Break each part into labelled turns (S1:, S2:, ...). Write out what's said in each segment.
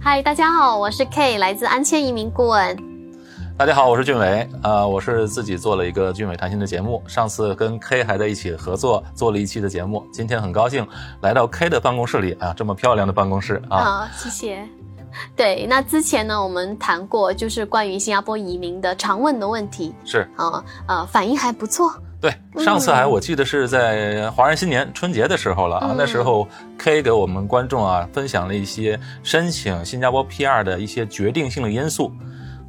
S1: 嗨，大家好，我是 K，来自安茜移民顾问。
S2: 大家好，我是俊伟，啊、我是自己做了一个俊伟谈心的节目，上次跟 K 还在一起合作做了一期的节目，今天很高兴来到 K 的办公室里啊，这么漂亮的办公室啊，
S1: 啊、谢谢。对，那之前呢，我们谈过就是关于新加坡移民的常问的问题，
S2: 是
S1: 啊、呃，反应还不错。
S2: 对，上次还我记得是在华人新年春节的时候了啊，
S1: 嗯
S2: 那时候 K 给我们观众啊分享了一些申请新加坡 PR 的一些决定性的因素，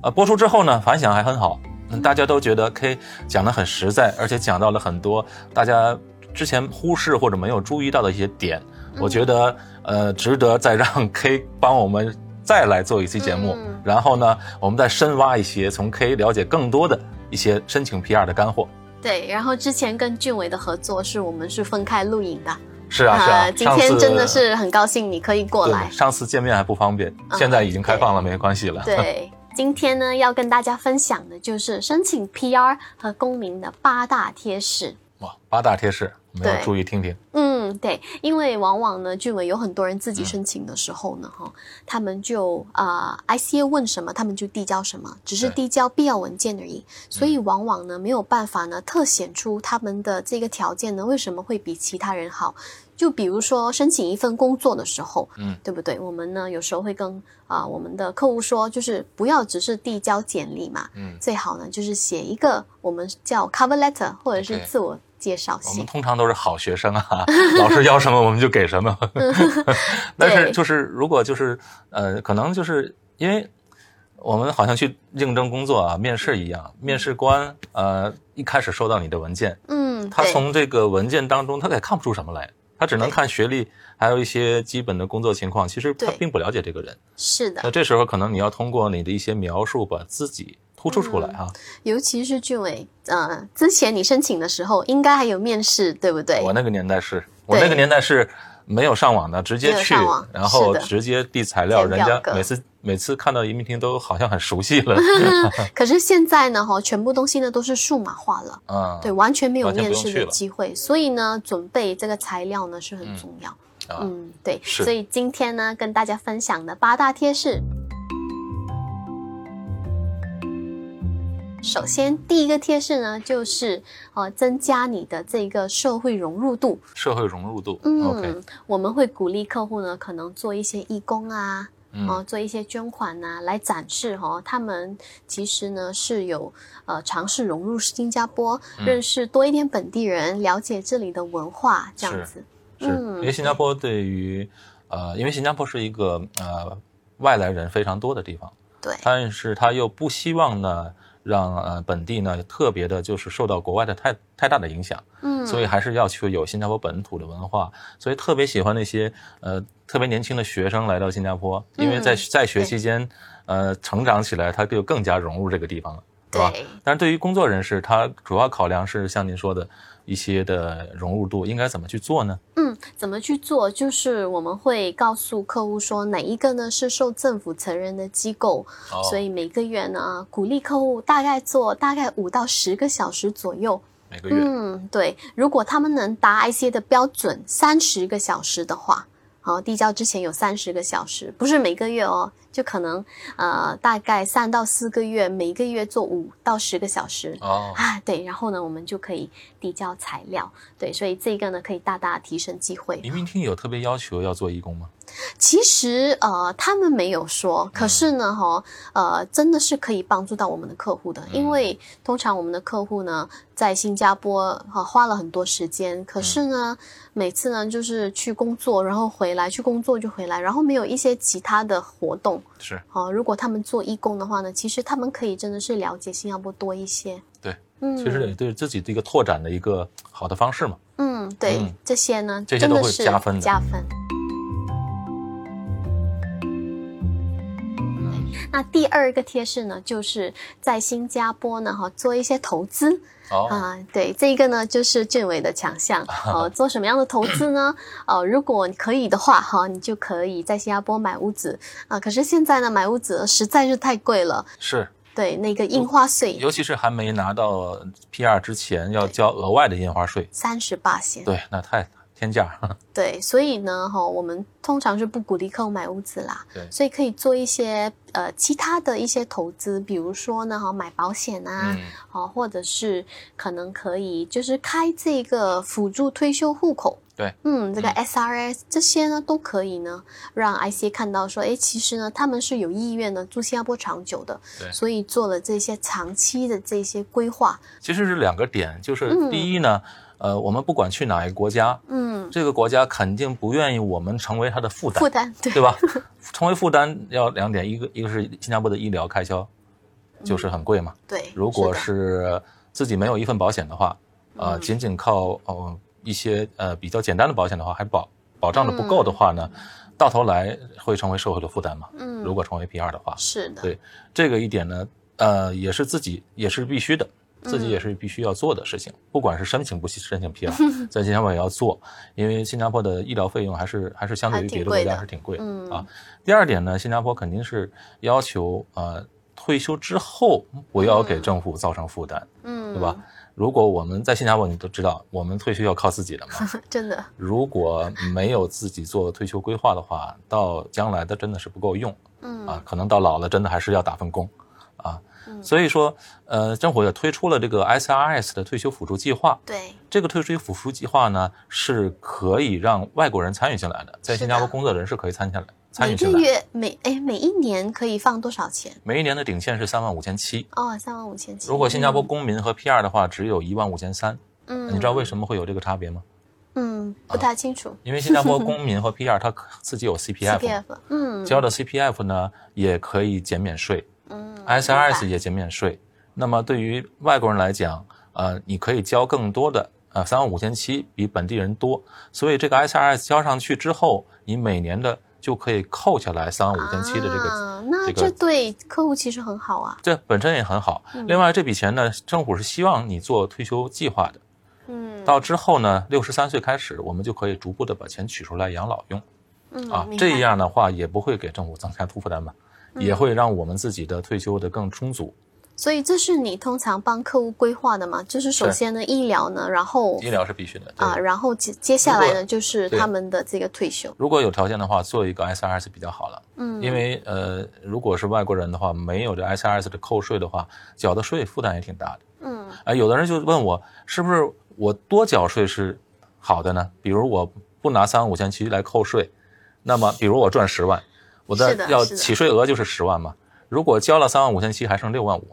S2: 呃，播出之后呢反响还很好，嗯大家都觉得 K 讲的很实在，而且讲到了很多大家之前忽视或者没有注意到的一些点，
S1: 嗯
S2: 我觉得呃值得再让 K 帮我们再来做一期节目，
S1: 嗯
S2: 然后呢我们再深挖一些，从 K 了解更多的一些申请 PR 的干货。
S1: 对，然后之前跟俊伟的合作是我们是分开录影的，呃
S2: 是啊，是啊，
S1: 今
S2: 上
S1: 天
S2: 次
S1: 真的是很高兴你可以过
S2: 对
S1: 来。
S2: 上次见面还不方便，
S1: 嗯
S2: 现在已经开放了，没关系了。
S1: 对，今天呢要跟大家分享的就是申请 PR 和公民的八大贴士。
S2: 哇，八大贴士，我们
S1: 对
S2: 要注意听听。
S1: 嗯，对，因为往往呢，俊伟有很多人自己
S2: 嗯
S1: 申请的时候呢，哈、他们就啊、呃、，ICA 问什么，他们就递交什么，只是
S2: 对嗯
S1: 递交必要文件而已，所以往往呢没有办法呢特显出他们的这个条件呢为什么会比其他人好。就比如说申请一份工作的时候，
S2: 嗯，
S1: 对不对？我们呢有时候会跟啊、我们的客户说，就是不要只是递交简历嘛，
S2: 嗯
S1: 最好呢就是写一个我们叫 cover letter 或者是
S2: OK
S1: 自我介绍
S2: 我
S1: 信
S2: 们。通常都是好学生啊， 老师要什么我们就给 什么。但是就是如果就是呃，可能就是因为我们好像去应征工作啊，面试一样，面试官呃一开始收到你的文件，
S1: 嗯，
S2: 他
S1: 对
S2: 从这个文件当中他也看不出什么来，他只能
S1: 对
S2: 看学历，还有一些基本的工作情况，其实他
S1: 对
S2: 并不了解这个人。
S1: 是的
S2: 那，这时候可能你要通过你的一些描述把自己突出出来啊。
S1: 尤其是俊伟，呃，之前你申请的时候应该还有面试，对不对？
S2: 我那个年代是，我那个年代是没有上网的，直接
S1: 没有
S2: 去
S1: 上网，
S2: 然后
S1: 是的
S2: 直接递材料，
S1: 填
S2: 人
S1: 表
S2: 家
S1: 格
S2: 每次每次看到移民厅都好像很熟 悉了，
S1: 可是现在呢，哈，全部东西呢都是数码化了，
S2: 嗯，
S1: 对，完全没有
S2: 完全不
S1: 面
S2: 用
S1: 试
S2: 去
S1: 的
S2: 了
S1: 机会，所以呢，准备这个材料呢是很
S2: 嗯
S1: 重要。
S2: 啊，
S1: 嗯，对，
S2: 是
S1: 所以今天呢，跟大家分享的八大贴士。首先，第一个贴士呢，就是呃，增加你的这个社会融入度。
S2: 社会融入度、
S1: 嗯
S2: o k
S1: 我们会鼓励客户呢，可能做一些义工啊，哦，
S2: 嗯，
S1: 做一些捐款呐、来展示哦，他们其实呢是有呃尝试融入新加坡，
S2: 嗯
S1: 认识多一点本地人，了解这里的文化，这样
S2: 是
S1: 子。嗯
S2: 是因为新加坡对于呃，因为新加坡是一个呃外来人非常多的地方，
S1: 对，
S2: 但是他又不希望呢让呃本地呢特别的就是受到国外的太太大的影响。
S1: 嗯，
S2: 所以还是要去有新加坡本土的文化，所以特别喜欢那些呃特别年轻的学生来到新加坡，因为在
S1: 嗯
S2: 在学
S1: 对
S2: 期间，呃成长起来，他就更加融入这个地方了，是吧？
S1: 对，
S2: 但是对于工作人士，他主要考量是像您说的一些的融入度，应该怎么去做呢？
S1: 嗯，怎么去做？就是我们会告诉客户说，哪一个呢是受政府承认的机构，
S2: 哦
S1: 所以每个月呢鼓励客户大概做大概五到十个小时左右，
S2: 每个月、
S1: 嗯，对，如果他们能达 ICA 的标准三十个小时的话，好，递交之前有三十个小时，不是每个月哦，就可能呃大概三到四个月，每个月做五到十个小时。
S2: 哦，
S1: 啊，对，然后呢，我们就可以递交材料，对，所以这个呢可以大大提升机会。
S2: 移民厅有特别要求要做义工吗？
S1: 其实呃，他们没有说，可是
S2: 嗯
S1: 呢，哈、呃，真的是可以帮助到我们的客户的，因为通常我们的客户呢，在新加坡哈、呃花了很多时间，可是呢，
S2: 嗯
S1: 每次呢就是去工作，然后回来，去工作就回来，然后没有一些其他的活动。
S2: 是
S1: 哦，如果他们做义工的话呢，其实他们可以真的是了解新加坡多一些。
S2: 对，
S1: 嗯，
S2: 其实也对自己的一个拓展的一个好的方式嘛。
S1: 嗯，对，
S2: 嗯
S1: 这些呢，
S2: 这些
S1: 真
S2: 都
S1: 的
S2: 会
S1: 是
S2: 加分的
S1: 加分。那第二个贴士呢，就是在新加坡呢，哈，做一些投资
S2: 哦，
S1: 啊、对，这个呢就是俊伟的强 项。呃，做什么样的投资呢？呃，如果你可以的话，哈，你就可以在新加坡买屋子啊、可是现在呢，买屋子实在是太贵了，
S2: 是，
S1: 对，那个印花税
S2: 尤其是还没拿到 PR 之前，要交额外的印花税。
S1: 三十八线。
S2: 对，那太天价。
S1: 啊
S2: 呵呵
S1: 对，所以呢，哈、我们通常是不鼓励客户买屋子啦，
S2: 对
S1: 所以可以做一些呃其他的一些投资，比如说呢，哈、买保险啊，
S2: 嗯，
S1: 哦，或者是可能可以就是开这个辅助退休户口。
S2: 对，
S1: 嗯，这个
S2: 嗯
S1: SRS 这些呢都可以呢，让 IC 看到说，诶，其实呢他们是有意愿呢住新加坡长久的
S2: 对，
S1: 所以做了这些长期的这些规划。
S2: 其实是两个点，就是
S1: 嗯
S2: 第一呢，呃，我们不管去哪一个国家，
S1: 嗯，
S2: 这个国家肯定不愿意我们成为它的负担，
S1: 负担对
S2: 对吧？ 成为负担要两点，一个一个是新加坡的医疗开销就是很贵嘛，
S1: 对，
S2: 如
S1: 嗯
S2: 果
S1: 是
S2: 是自己没有一份保险的话，呃，
S1: 嗯
S2: 仅仅靠呃一些呃比较简单的保险的话，还保保障的不够的话呢，到头来会成为社会的负担嘛。
S1: 的嗯，
S2: 如果成为 P 二的话，
S1: 是的，
S2: 对这个一点呢，呃，也是自己也是必须的，自
S1: 嗯
S2: 己也是必须要做的事情。不管是申请不申请 P 二，在新加坡也要做，因为新加坡的医疗费用还是还是相对于
S1: 还挺
S2: 别的国
S1: 贵
S2: 家
S1: 的
S2: 是挺贵的
S1: 嗯
S2: 啊。第二点呢，新加坡肯定是要求呃退休之后不要给
S1: 嗯
S2: 政府造成负担，
S1: 嗯，
S2: 对吧？？如果我们在新加坡，你都知道，我们退休要靠自己的嘛。
S1: 真的，
S2: 如果没有自己做退休规划的话，到将来的真的是不够用。
S1: 嗯
S2: 啊，可能到老了真的还是要打份工，啊，
S1: 嗯
S2: 所以说，呃，政府也推出了这个 SRS 的退休辅助计划。
S1: 对，
S2: 这个退休辅助计划呢，是可以让外国人参与进来的，在
S1: 是
S2: 新加坡
S1: 的
S2: 工作的人是可以参加参
S1: 每个
S2: 与进来的。
S1: 月每哎每一年可以放多少钱？
S2: 每一年的顶限是三万五千七，
S1: 哦，三万五千七。
S2: 如果新加坡公民和 PR 的话，只有一万五千三。
S1: 嗯，
S2: 你知道为
S1: 么？
S2: 什么会有这个差别吗？啊
S1: 嗯，不太清楚。
S2: 因为新加坡公民和 PR 他自己有 CPF，
S1: CPF，嗯，
S2: 交的 CPF 呢也可以减免税。
S1: 嗯
S2: SRS 也减免税。那么对于外国人来讲，呃，你可以交更多的，呃，三万五千七比本地人多，所以这个 SRS 交上去之后，你每年的就可以扣下来三万五千七的这个，
S1: 啊，那
S2: 这个
S1: 这对客户其实很好啊。
S2: 这本身也很好。
S1: 嗯
S2: 另外这笔钱呢，政府是希望你做退休计划的，
S1: 嗯，
S2: 到之后呢，六十三岁开始，我们就可以逐步的把钱取出来养老用
S1: 嗯
S2: 啊，
S1: 明白嗯
S2: 这样的话也不会给政府增加负担嘛，也会让我们自己的退休的更充足。
S1: 所以这是你通常帮客户规划的嘛？就是首
S2: 是
S1: 先呢，医疗呢，然后
S2: 医疗是必须的
S1: 嗯
S2: 对
S1: 啊，然后接接下来
S2: 如
S1: 呢，
S2: 果
S1: 就是
S2: 对
S1: 他们的这个退休。
S2: 如果有条件的话，做一个 SRS 比较好了，
S1: 嗯，
S2: 因为呃，如果是外国人的话，没有这 SRS 的扣税的话，缴的税负担也挺大的。
S1: 嗯
S2: 哎、有的人就问我，是不是我多缴税是好的呢？比如我不拿三万五千七来扣税，那么比如我赚十万，我
S1: 是的
S2: 要
S1: 是的
S2: 起税额就是十万嘛。如果交了三万五千七，还剩六万 五，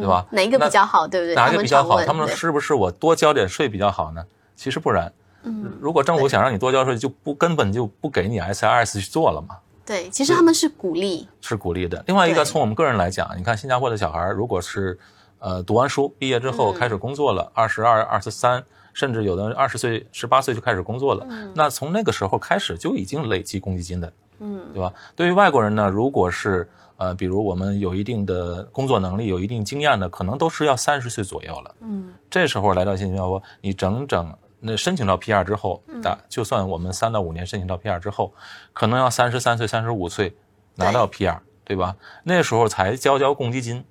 S2: 对吧？
S1: 哪一个比较好，对不对？
S2: 哪一个
S1: 们
S2: 比较
S1: 常
S2: 好？
S1: 问，
S2: 他们
S1: 对
S2: 是不是我多交点税比较好呢？其实不然，
S1: 嗯，
S2: 如果政府
S1: 对
S2: 想让你多交税，就不根本就不给你 SRS 去做了嘛。
S1: 对，其实他们是鼓励，
S2: 是鼓励的。另外一个，
S1: 对
S2: 从我们个人来讲，你看新加坡的小孩儿，如果是呃读完书毕业之后
S1: 嗯
S2: 开始工作了，二十二、二十三，甚至有的二十岁、十八岁就开始工作了，
S1: 嗯
S2: 那从那个时候开始就已经累积公积金的，
S1: 嗯
S2: 对吧？对于外国人呢，如果是呃，比如我们有一定的工作能力、有一定经验的，可能都是要三十岁左右了。
S1: 嗯
S2: 这时候来到新加坡，你整整那申请到 P 二之后，
S1: 嗯
S2: 打就算我们三到五年申请到 P 二之后，可能要三十三岁、三十五岁拿到 P 二，对吧？那时候才交交公积金，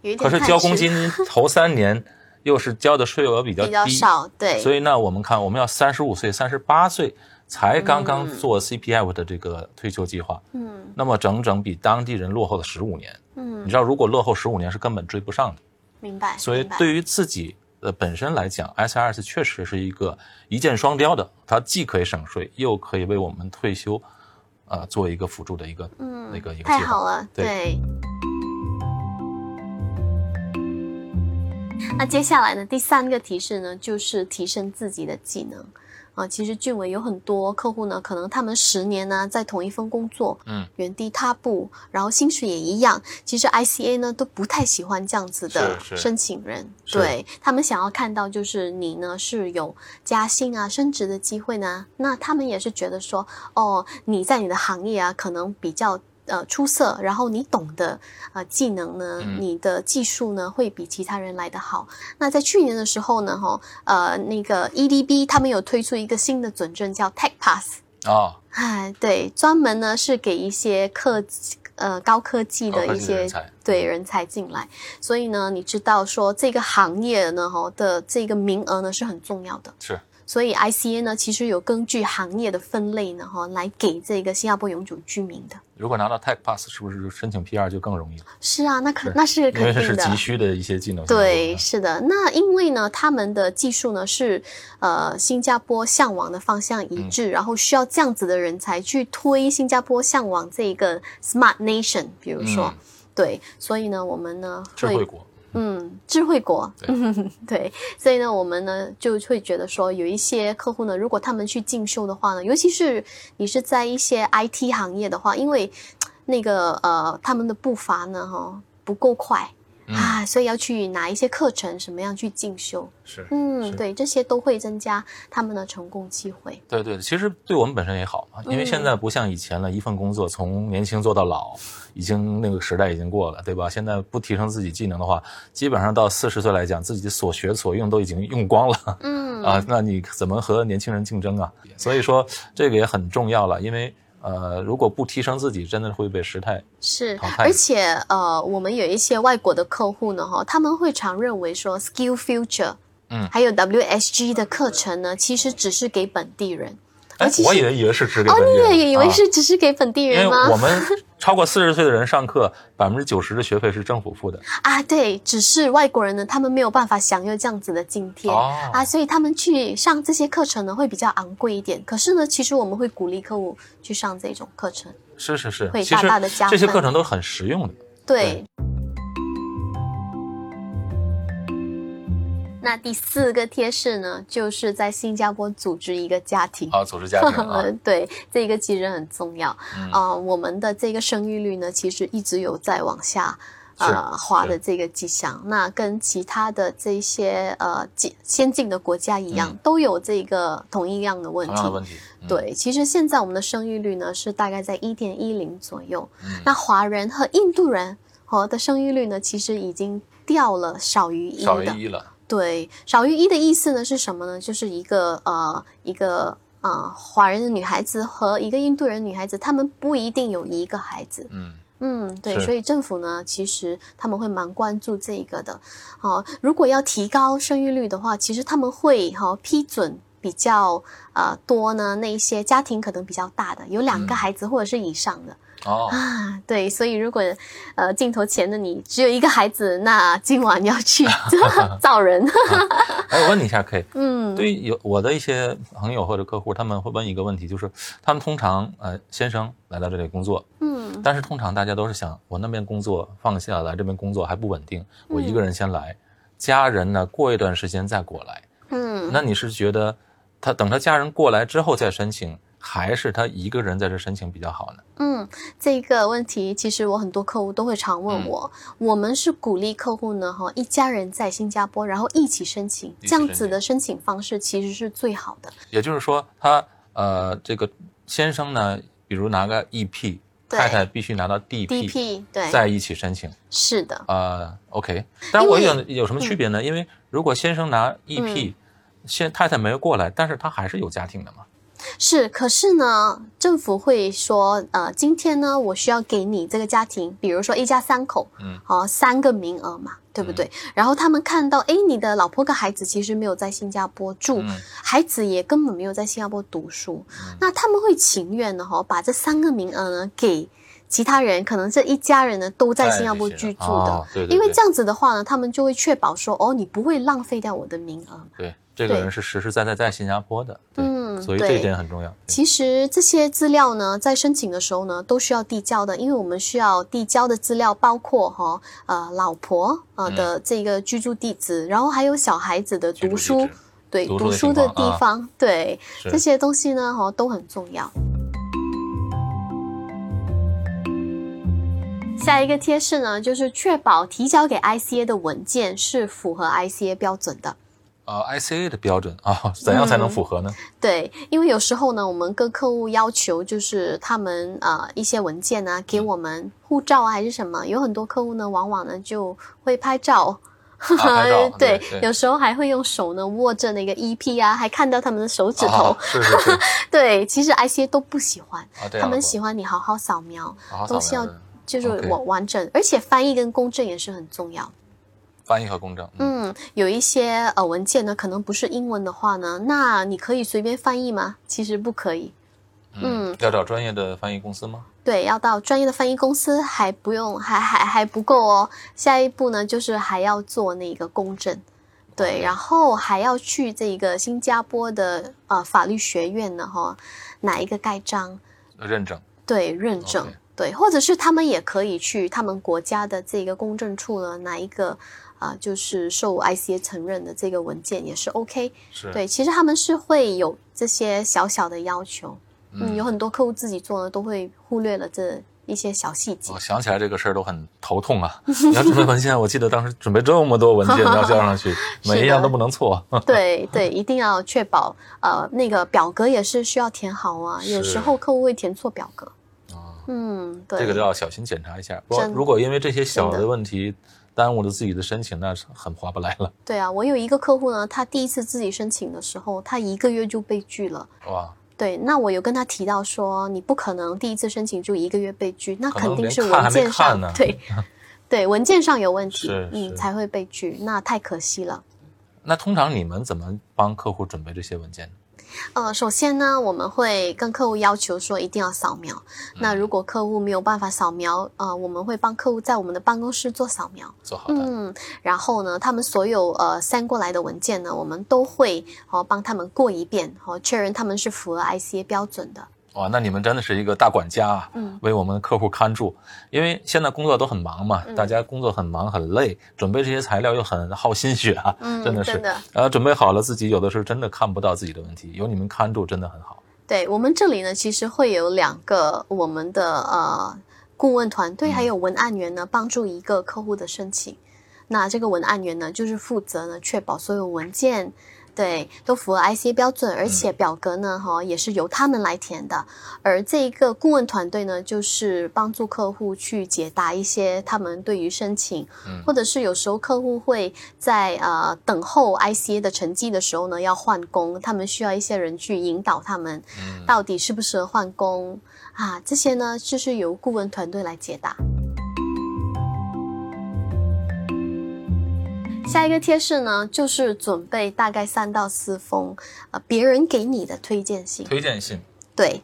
S1: 有一点
S2: 可是
S1: 太
S2: 交公
S1: 迟
S2: 积金头三年又是交的税额比较
S1: 比较
S2: 低，
S1: 少，对，
S2: 所
S1: 以
S2: 以呢，我们看我们要三十五岁、三十八岁才刚刚
S1: 嗯
S2: 做 CPF 的这个退休计划，
S1: 嗯
S2: 那么整整比当地人落后了十五年。你
S1: 嗯，
S2: 知道，如果落后十五年是根本追不上的。
S1: 明白。
S2: 所以
S1: 明白
S2: 对于自己呃本身来讲，SRS 确实是一个一箭双雕的，它既可以省税，又可以为我们退休呃做一个辅助的一个
S1: 嗯，
S2: 那个一个
S1: 太
S2: 计划
S1: 好了，
S2: 对
S1: 那接下来呢，第三个提示呢，就是提升自己的技能。啊，其实俊伟有很多客户呢，可能他们十年呢在同一份工作，
S2: 嗯，
S1: 原地踏步，然后薪水也一样。其实 ICA 呢都不太喜欢这样子的
S2: 是是
S1: 申请人，
S2: 是
S1: 对他们想要看到就是你呢是有加薪啊、升职的机会呢。那他们也是觉得说，哦，你在你的行业啊，可能比较呃出色，然后你懂的呃技能呢，
S2: 嗯
S1: 你的技术呢会比其他人来得好。那在去年的时候呢，哈，呃，那个 EDB 他们有推出一个新的准证叫 Tech Pass，
S2: 啊，
S1: 哎，对，专门呢是给一些科技呃高科技
S2: 高
S1: 的
S2: 科
S1: 一
S2: 技的
S1: 些
S2: 人才
S1: 对人才进来，所以呢，你知道说这个行业呢，哈的这个名额呢是很重要的。
S2: 是
S1: 所以 ICA 呢，其实有根据行业的分类呢，哈，来给这个新加坡永久居民的。
S2: 如果拿到 Tech Pass，是不是申请 PR 就更容易了？
S1: 是啊，那可
S2: 是
S1: 那是
S2: 因为
S1: 肯
S2: 这
S1: 定
S2: 是
S1: 的
S2: 急。需的一些技能。
S1: 对，，是的。那因为呢，他们的技术呢是呃新加坡向往的方向一致，然后需要这样子的人才去推新加坡向往这个 Smart Nation，比如说。
S2: 嗯
S1: 对，所以呢，我们呢
S2: 啊智慧国。
S1: 嗯，智慧国，
S2: 对
S1: 嗯， 对，所以呢，我们呢就会觉得说，有一些客户呢，如果他们去进修的话呢，尤其是你是在一些 IT 行业的话，因为那个呃，他们的步伐呢，哈、不够快、
S2: 嗯
S1: 啊，所以要去拿一些课程，什么样去进修，
S2: 是，
S1: 嗯，
S2: 是
S1: 对，这些都会增加他们的成功机会，
S2: 对对，其实对我们本身也好嘛，因为
S1: 嗯
S2: 现在不像以前了，一份工作从年轻做到老，已经那个时代已经过了，对吧？现在不提升自己技能的话，基本上到四十岁来讲，自己所学所用都已经用光了
S1: 嗯
S2: 啊，那你怎么和年轻人竞争啊？所以说这个也很重要了，因为呃，如果不提升自己，真的会被时代
S1: 是
S2: 淘，汰
S1: 而且呃，我们有一些外国的客户呢，哈，他们会常认为说 Skill Future，
S2: 嗯
S1: 还有 WSG 的课程呢，其实只是给本地人。而
S2: 哎
S1: 其，实
S2: 我以为以为是只给
S1: 哦
S2: 本，地人
S1: 你也以为
S2: 啊
S1: 是只是给本地
S2: 因
S1: 人
S2: 为
S1: 吗？
S2: 我们超过四十岁的人上课，百分之九十的学费是政府付 的。
S1: 啊，对，只是外国人呢，他们没有办法享有这样子的津贴、
S2: 哦
S1: 啊，所以他们去上这些课程呢，会比较昂贵一点。可是呢，其实我们会鼓励客户去上这种课程。
S2: 是是是，
S1: 会
S2: 其实
S1: 大大地加
S2: 这些
S1: 分
S2: 课程都是很实 用的。
S1: 对。那第四个贴士呢，就是在新加坡组织一个家庭。
S2: 啊，组织家 庭啊，
S1: 对，这个其实很重要啊、
S2: 嗯
S1: 呃我们的这个生育率呢，其实一直有在往下呃
S2: 是
S1: 滑
S2: 是
S1: 的这个迹象。那跟其他的这些呃进先进的国家一样，
S2: 嗯
S1: 都有这个同一样的问
S2: 同
S1: 题。
S2: 样的问题。嗯，
S1: 对，其实现在我们的生育率呢是大概在一点一零左右。
S2: 嗯
S1: 那华人和印度人和的生育率呢，其实已经掉了少于一
S2: 少于
S1: 的。
S2: 嗯一了。
S1: 对，少于一的意思呢是什么呢？就是一个呃一个呃华人的女孩子和一个印度人女孩子，她们不一定有一个孩子。
S2: 嗯，
S1: 嗯，对，
S2: 是
S1: 所以政府呢，其实他们会蛮关注这一个的。好、如果要提高生育率的话，其实他们会哈、批准比较呃多呢那一些家庭可能比较大的，有两个
S2: 嗯
S1: 孩子或者是以上的、
S2: 哦，
S1: 啊。对，所以如果呃镜头前的你只有一个孩子，那今晚要 去造人。
S2: 哎，我问你一下，K，
S1: 嗯，
S2: 对于有我的一些朋友或者客户，他们会问一个问题，就是他们通常呃先生来到这里工作，
S1: 嗯
S2: 但是通常大家都是想，我那边工作放下来，这边工作还不稳定，我一个
S1: 嗯
S2: 人先来，家人呢过一段时间再过来。
S1: 嗯，
S2: 那你是觉得他等他家人过来之后再申请，还是他一个人在这申请比较好呢？
S1: 嗯，这个问题其实我很多客户都会常
S2: 嗯
S1: 问我，我们是鼓励客户呢哈一家人在新加坡，然后一起申请，
S2: 一起
S1: 这样
S2: 申
S1: 子的申请方式其实是最好的。
S2: 也就是说，他呃这个先生呢，比如拿个 EP，
S1: 对
S2: 太太必须拿到 DP，,
S1: DP 对，
S2: 再一起申请
S1: 是的，
S2: 啊、o k 但
S1: 因
S2: 我
S1: 为嗯
S2: 有有什么区别呢？因为如果先生拿 EP，、先太太没有过来，但是他还是有家庭的嘛。
S1: 是。可是呢，政府会说，呃，今天呢，我需要给你这个家庭，比如说一家三口，
S2: 嗯，
S1: 哦、三个名额嘛，对不对？然后他们看到，诶，你的老婆跟孩子其实没有在新加坡住，
S2: 嗯
S1: 孩子也根本没有在新加坡读书，
S2: 嗯
S1: 那他们会情愿的哈、把这三个名额呢给其他人，可能这一家人呢都在新加坡居住的。
S2: 哦、对对对，
S1: 因为这样子的话呢，他们就会确保说，哦，你不会浪费掉我的名额。
S2: 对这个
S1: 对
S2: 人是实实在在在新加坡的，对，
S1: 嗯
S2: 所以
S1: 对
S2: 这一点很重要。对
S1: 其实这些资料呢，在申请的时候呢，都需要递交的，因为我们需要递交的资料包括哈、呃老婆呃
S2: 嗯
S1: 的这个居住地址，然后还有小孩子的
S2: 居住
S1: 读
S2: 地
S1: 书
S2: 址，
S1: 对
S2: 读
S1: 读
S2: 书
S1: 书
S2: 的啊
S1: 的
S2: 情况
S1: 地方，对
S2: 是
S1: 这些东西呢哈、都很重要。下一个贴士呢，就是确保提交给 ICA 的文件是符合 ICA 标准的。
S2: 呃 ICA 的标准啊、怎样才
S1: 嗯
S2: 能符合呢？
S1: 对，因为有时候呢，我们跟客户要求就是他们呃一些文件啊，给我们护照啊还是什么，有很多客户呢，往往呢就会拍照。
S2: 啊拍照
S1: 对
S2: 对对
S1: 有时候还会用手呢握着那个 EP 啊，还看到他们的手指头。
S2: 啊是是是，
S1: 对，其实 ICA 都不喜欢，
S2: 啊，对啊
S1: 他们喜欢你好好扫描，
S2: 好好
S1: 都是
S2: 扫描
S1: 要
S2: 的
S1: 就是
S2: OK
S1: 完完整，而且翻译跟公证也是很重要。
S2: 翻译和公证。嗯，
S1: 嗯，有一些呃文件呢，可能不是英文的话呢，那你可以随便翻译吗？其实不可以。嗯，
S2: 要找专业的翻译公司吗？
S1: 对，要到专业的翻译公司还不用，还还还不够哦。下一步呢，就是还要做那个公证，对，然后还要去这个新加坡的呃法律学院呢，哈、哪一个盖章？
S2: 认证。
S1: 对，认证
S2: OK
S1: 对，或者是他们也可以去他们国家的这个公证处呢，拿一个啊、就是受 ICA 承认的这个文件也是 OK。
S2: 是，
S1: 对，其实他们是会有这些小小的要求，嗯，
S2: 嗯
S1: 有很多客户自己做呢都会忽略了这一些小细节
S2: 我。想起来这个事儿都很头痛啊！你要 准备文件，我记得当时准备这么多文件要交上去，
S1: 是
S2: 每
S1: 的
S2: 一样都不能错。
S1: 对 对，一定要确保呃那个表格也是需要填好啊，有
S2: 是哦
S1: 时候客户会填错表格。嗯，对，
S2: 这个都要小心检查一下。不过
S1: 真的
S2: 如果因为这些小
S1: 真
S2: 的
S1: 的
S2: 问题耽误了自己的申请，那是很划不来了。
S1: 对啊，我有一个客户呢，他第一次自己申请的时候，他一个月就被拒了。
S2: 哇，
S1: 对，那我有跟他提到说，你不可能第一次申请就一个月被拒，那
S2: 可
S1: 肯
S2: 能
S1: 定
S2: 连
S1: 是
S2: 看还
S1: 文
S2: 没
S1: 件
S2: 看
S1: 上
S2: 呢
S1: 对对文件上有问题
S2: 是，是
S1: 嗯，才会被拒，那太可惜了。
S2: 那通常你们怎么帮客户准备这些文件呢？
S1: 呃，首先呢，我们会跟客户要求说一定要扫描。
S2: 嗯
S1: 那如果客户没有办法扫描，呃，我们会帮客户在我们的办公室做扫描。
S2: 做好的，
S1: 嗯，然后呢，他们所有呃 send 过来的文件呢，我们都会哦帮他们过一遍，哦确认他们是符合 ICA 标准的。
S2: 哇，那你们真的是一个大管家啊！
S1: 嗯，
S2: 为我们客户看住，因为现在工作都很忙嘛，
S1: 嗯
S2: 大家工作很忙很累，准备这些材料又很耗心血啊，
S1: 嗯，
S2: 真的是。
S1: 的
S2: 呃，准备好了，自己有的时候真的看不到自己的问题，有你们看住真的很好。
S1: 对我们这里呢，其实会有两个我们的呃顾问团队，还有文案员呢，帮助一个客户的申请。那这个文案员呢，就是负责呢确保所有文件对都符合 IC 标准，而且表格呢哈、也是由他们来填的。而这一个顾问团队呢，就是帮助客户去解答一些他们对于申请，
S2: 嗯
S1: 或者是有时候客户会在呃等候 ICA 的成绩的时候呢，要换工，他们需要一些人去引导他们
S2: 嗯，
S1: 到底适不适合换工啊？这些呢，就是由顾问团队来解答。下一个贴士呢，就是准备大概三到四封，呃，别人给你的推荐信。
S2: 推荐信
S1: 对，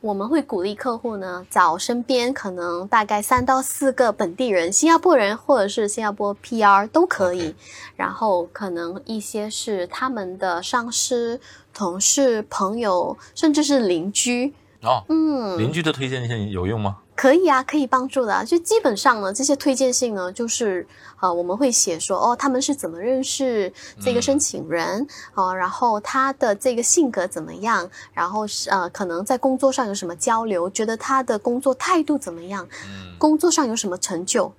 S1: 我们会鼓励客户呢，找身边可能大概三到四个本地人，新加坡人或者是新加坡 PR 都可以。
S2: OK
S1: 然后可能一些是他们的上司、同事、朋友，甚至是邻居。
S2: 哦，
S1: 嗯，
S2: 邻居的推荐信有用吗？
S1: 可以啊，可以帮助的、啊。就基本上呢，这些推荐信呢，就是呃，我们会写说哦，他们是怎么认识这
S2: 嗯
S1: 个申请人哦、然后他的这个性格怎么样，然后是呃，可能在工作上有什么交流，觉得他的工作态度怎么样，
S2: 嗯
S1: 工作上有什么成就，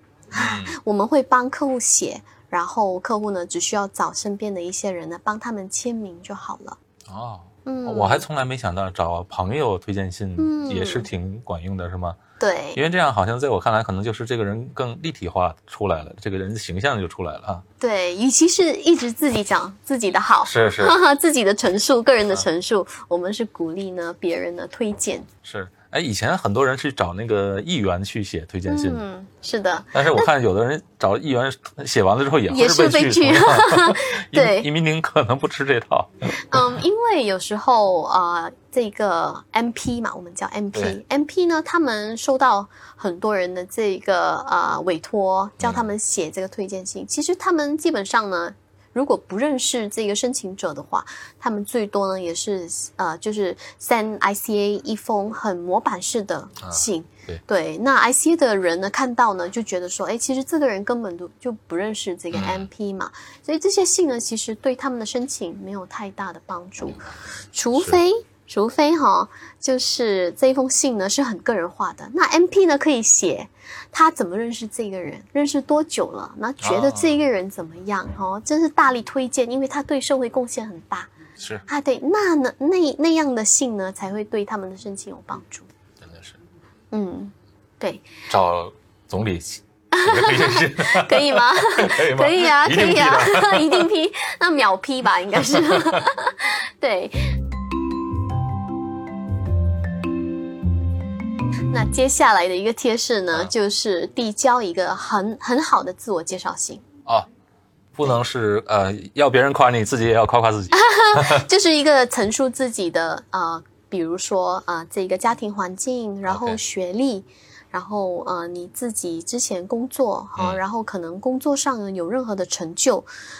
S1: 我们会帮客户写，然后客户呢只需要找身边的一些人呢帮他们签名就好了。
S2: 哦，
S1: 嗯，
S2: 我还从来没想到找朋友推荐信
S1: 嗯
S2: 也是挺管用的，是吗？
S1: 对
S2: 因为这样好像在我看来，可能就是这个人更立体化出来了，这个人的形象就出来了啊。
S1: 对，与其是一直自己讲自己的好，
S2: 是是啊
S1: 哈哈，自己的陈述，个人的陈述，我们是鼓励呢别人的推荐。
S2: 是，哎，以前很多人去找那个议员去写推荐信，
S1: 嗯，是的，
S2: 但是我看有的人找议员写完了之后也
S1: 也是
S2: 会被
S1: 被拒
S2: 是吧 移
S1: 对
S2: 移民宁可能不吃这套。
S1: 嗯，因为有时候呃，这个 MP 嘛，我们叫
S2: 对
S1: MP，MP 呢，他们收到很多人的这个呃委托，
S2: 嗯
S1: 叫他们写这个推荐信。其实他们基本上呢，如果不认识这个申请者的话，他们最多呢也是呃，就是 send ICA 一封很模板式的信。
S2: 啊对
S1: 那 ICA 的人呢看到呢，就觉得说，哎，其实这个人根本都就不认识这个
S2: 嗯
S1: MP 嘛，所以这些信呢，其实对他们的申请没有太大的帮助，除非除非哈、就是这一封信呢是很个人化的。那 M P 呢可以写他怎么认识这个人，认识多久了，那觉得
S2: 哦
S1: 这个人怎么样哦，真是大力推荐，因为他对社会贡献很大
S2: 是，
S1: 啊。对，那呢那那样的信呢才会对他们的申请有帮助。
S2: 真的是
S1: 嗯， 对，
S2: 找 总理写写推荐信
S1: 可以吗？
S2: 可以吗？
S1: 可以啊，
S2: 一
S1: 可
S2: 定
S1: 以
S2: 批的。
S1: 啊，一定批，那秒批吧，应该是。 对。那接下来的一个贴士呢，
S2: 啊
S1: 就是递交一个很很好的自我介绍信。
S2: 哦，不能是呃要别人夸你，自己也要夸夸 自己。
S1: 就是一个陈述自己的呃，比如说啊、呃，这个家庭环境，然后
S2: OK
S1: 学历。然后，呃，你自己之前工作好、
S2: 嗯
S1: 然后可能工作上有任何的成就，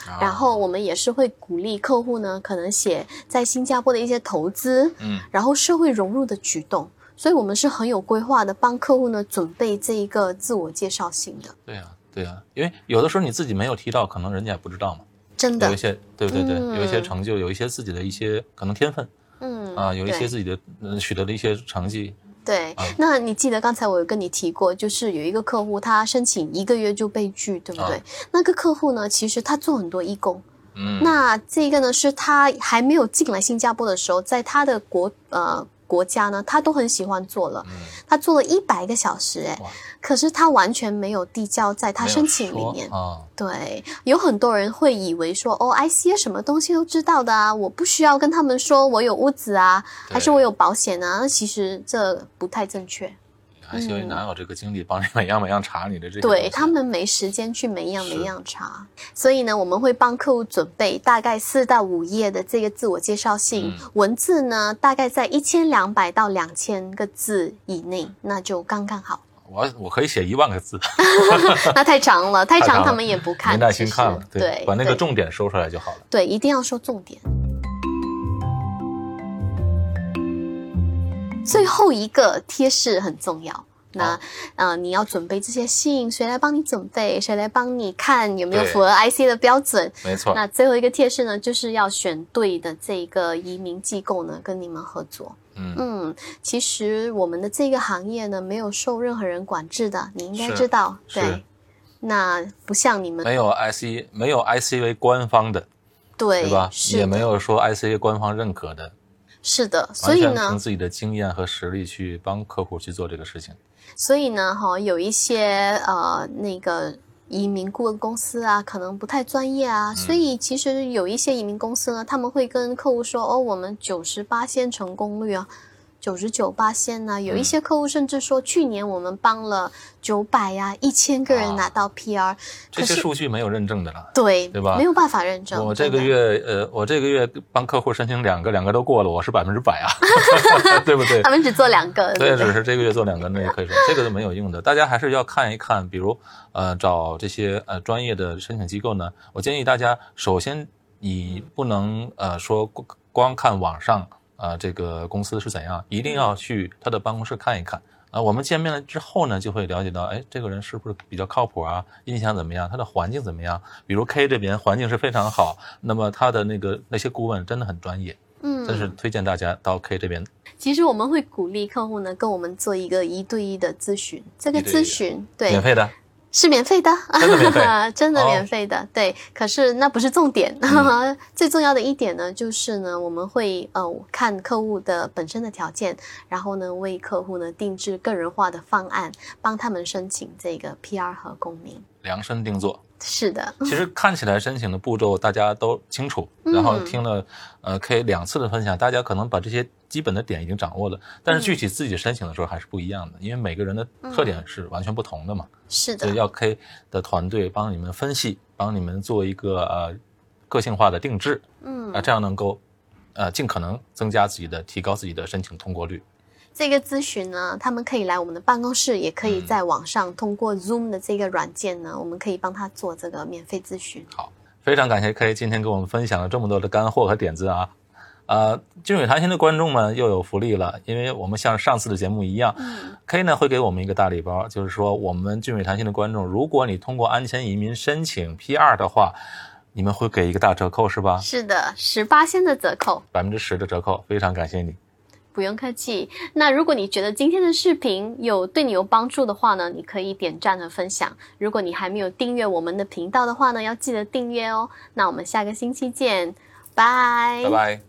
S2: 啊
S1: 然后我们也是会鼓励客户呢，可能写在新加坡的一些投资，
S2: 嗯，
S1: 然后社会融入的举动，所以我们是很有规划的，帮客户呢准备这一个自我介绍信的，
S2: 对呀，对呀，因为有的时候你自己没有提到，可能人家也不知道嘛。
S1: 真
S2: 有
S1: 的
S2: 一，些，对对对，有一些
S1: 嗯
S2: 成就，有一些自己的一些可能天分
S1: 嗯
S2: 啊，有一些
S1: 对
S2: 自己的嗯取得的一些成绩。
S1: 对
S2: 啊，
S1: 那你记得刚才我有跟你提过，就是有一个客户他申请一个月就被拒，对不对？
S2: 啊
S1: 那个客户呢，其实他做很多义工，
S2: 嗯，
S1: 那这个呢是他还没有进来新加坡的时候，在他的国呃国家呢，他都很喜欢做了，
S2: 嗯
S1: 他做了一百个小时、哎
S2: 哇，
S1: 可是他完全没有递交在他
S2: 没有
S1: 申请里
S2: 说
S1: 面。
S2: 啊，
S1: 对，有很多人会以为说，哦，ICA 什么东西都知道的啊，我不需要跟他们说我有屋子啊，还是
S2: 对
S1: 我有保险啊。那其实这不太正确，
S2: 还是因为
S1: 嗯
S2: 哪有这个精力帮你 每样每样查你的这些东
S1: 对
S2: 西
S1: 他们没时间去每一样每
S2: 是
S1: 一样查。所以呢，我们会帮客户准备大概四到五页的这个自我介绍信，
S2: 嗯
S1: 文字呢大概在一千两百到两千个字以内，那就刚刚 好。
S2: 我我可以写一万个字，
S1: 那太长了，太
S2: 太长
S1: 长他
S2: 了
S1: 们也不看，
S2: 没耐
S1: 其
S2: 心
S1: 实
S2: 看了，
S1: 对，
S2: 把那个
S1: 对
S2: 重点收出来就好了。
S1: 对，一定要说重点。最后一个贴士很重要。那
S2: 好，
S1: 呃，你要准备这些信，谁来帮你准备？谁来帮你看有没有
S2: 对
S1: 符合 IC 的标准？
S2: 没错，
S1: 那最后一个贴士呢，就是要选对的这个移民机构呢，跟你们合作。
S2: 嗯，
S1: 嗯，其实我们的这个行业呢，没有受任何人管制的，你应该
S2: 是
S1: 知道。
S2: 是哎
S1: 对，那不像你们
S2: 没有 IC 没有 ICV 官方的，
S1: 对
S2: 对吧？
S1: 是
S2: 也
S1: 的
S2: 没有说 ICA 官方认可的，
S1: 是的，所
S2: 完
S1: 以
S2: 全
S1: 呢
S2: 凭，自己的经验和实力去帮客户去做这个事情。
S1: 所以呢，哈、有一些呃那个移民顾问公司啊，可能不太专业啊，
S2: 嗯
S1: 所以其实有一些移民公司呢，他们会跟客户说，哦，我们九十八线成功率啊。九十九八线呢，
S2: 嗯
S1: 有一些客户甚至说，去年我们帮了九百呀、一千个
S2: 啊
S1: 人拿到 PR，、
S2: 这
S1: 可
S2: 些
S1: 是
S2: 数据没有认证的了。
S1: 对
S2: 对吧
S1: 没有办法认证。
S2: 我这个
S1: 真的
S2: 月，呃，我这个月帮客户申请两个，两个都过了，我是百分 之百啊，对不对
S1: 他？们只做两个，呃对不
S2: 对，
S1: 对
S2: 只是这个月做两个，那也可以说这个就没有用的。大家还是要看一看，比如呃，找这些呃专业的申请机构呢，我建议大家首先你不能呃说光光看网上呃这个公司是怎样，一定要去他的办公室看一看。啊，我们见面了之后呢，就会了解到，哎，这个人是不是比较靠谱啊？印象怎么样？他的环境怎么样？比如 K 这边环境是非常好，那么他的那个那些顾问真的很专业，
S1: 嗯，
S2: 真是推荐大家到 K 这边。
S1: 其实我们会鼓励客户呢，跟我们做一个一对一的咨询。这个
S2: 一对一的
S1: 咨询对
S2: 免费的，
S1: 是免费的，
S2: 真的免 费
S1: 真的
S2: 哦嗯
S1: 免费的。对，可是那不是重点， 最重要的一点呢，就是呢，我们会呃看客户的本身的条件，然后呢为客户呢定制个人化的方案，帮他们申请这个 PR 和公民。
S2: 量身定做。
S1: 是的，
S2: 其实看起来申请的步骤大家都清楚，
S1: 嗯
S2: 然后听了呃 K 两次的分享，大家可能把这些基本的点已经掌握了，但是
S1: 嗯
S2: 具体自己申请的时候还是不一样的，因为每个人的特点是完全不同的嘛，
S1: 是
S2: 所以
S1: 的，
S2: 要 K 的团队帮你们分析，帮你们做一个呃个性化的定制
S1: 嗯
S2: 啊、。这样能够呃尽可能增加自己的提高自己的申请通过率。
S1: 这个咨询呢，他们可以来我们的办公室，也可以
S2: 嗯
S1: 在网上通过 Zoom 的这个软件呢，我们可以帮他做这个免费咨询。
S2: 非常感谢 K 今天给我们分享了这么多的干货和点子啊。呃，金水谈心的观众们又有福利了，因为我们像上次的节目一样、k
S1: 嗯
S2: 呢会给我们一个大礼包，就是说我们俊美谈心的观众，如果你通过安全移民申请 PR 的话，你们会给一个大折扣是吧？
S1: 是的，十八先的折扣，
S2: 百分之十的折扣，非常感谢你。
S1: 不用客气。那如果你觉得今天的视频有对你有帮助的话呢，你可以点赞和分享。如果你还没有订阅我们的频道的话呢，要记得订阅哦。那我们下个星期见，拜
S2: 拜拜。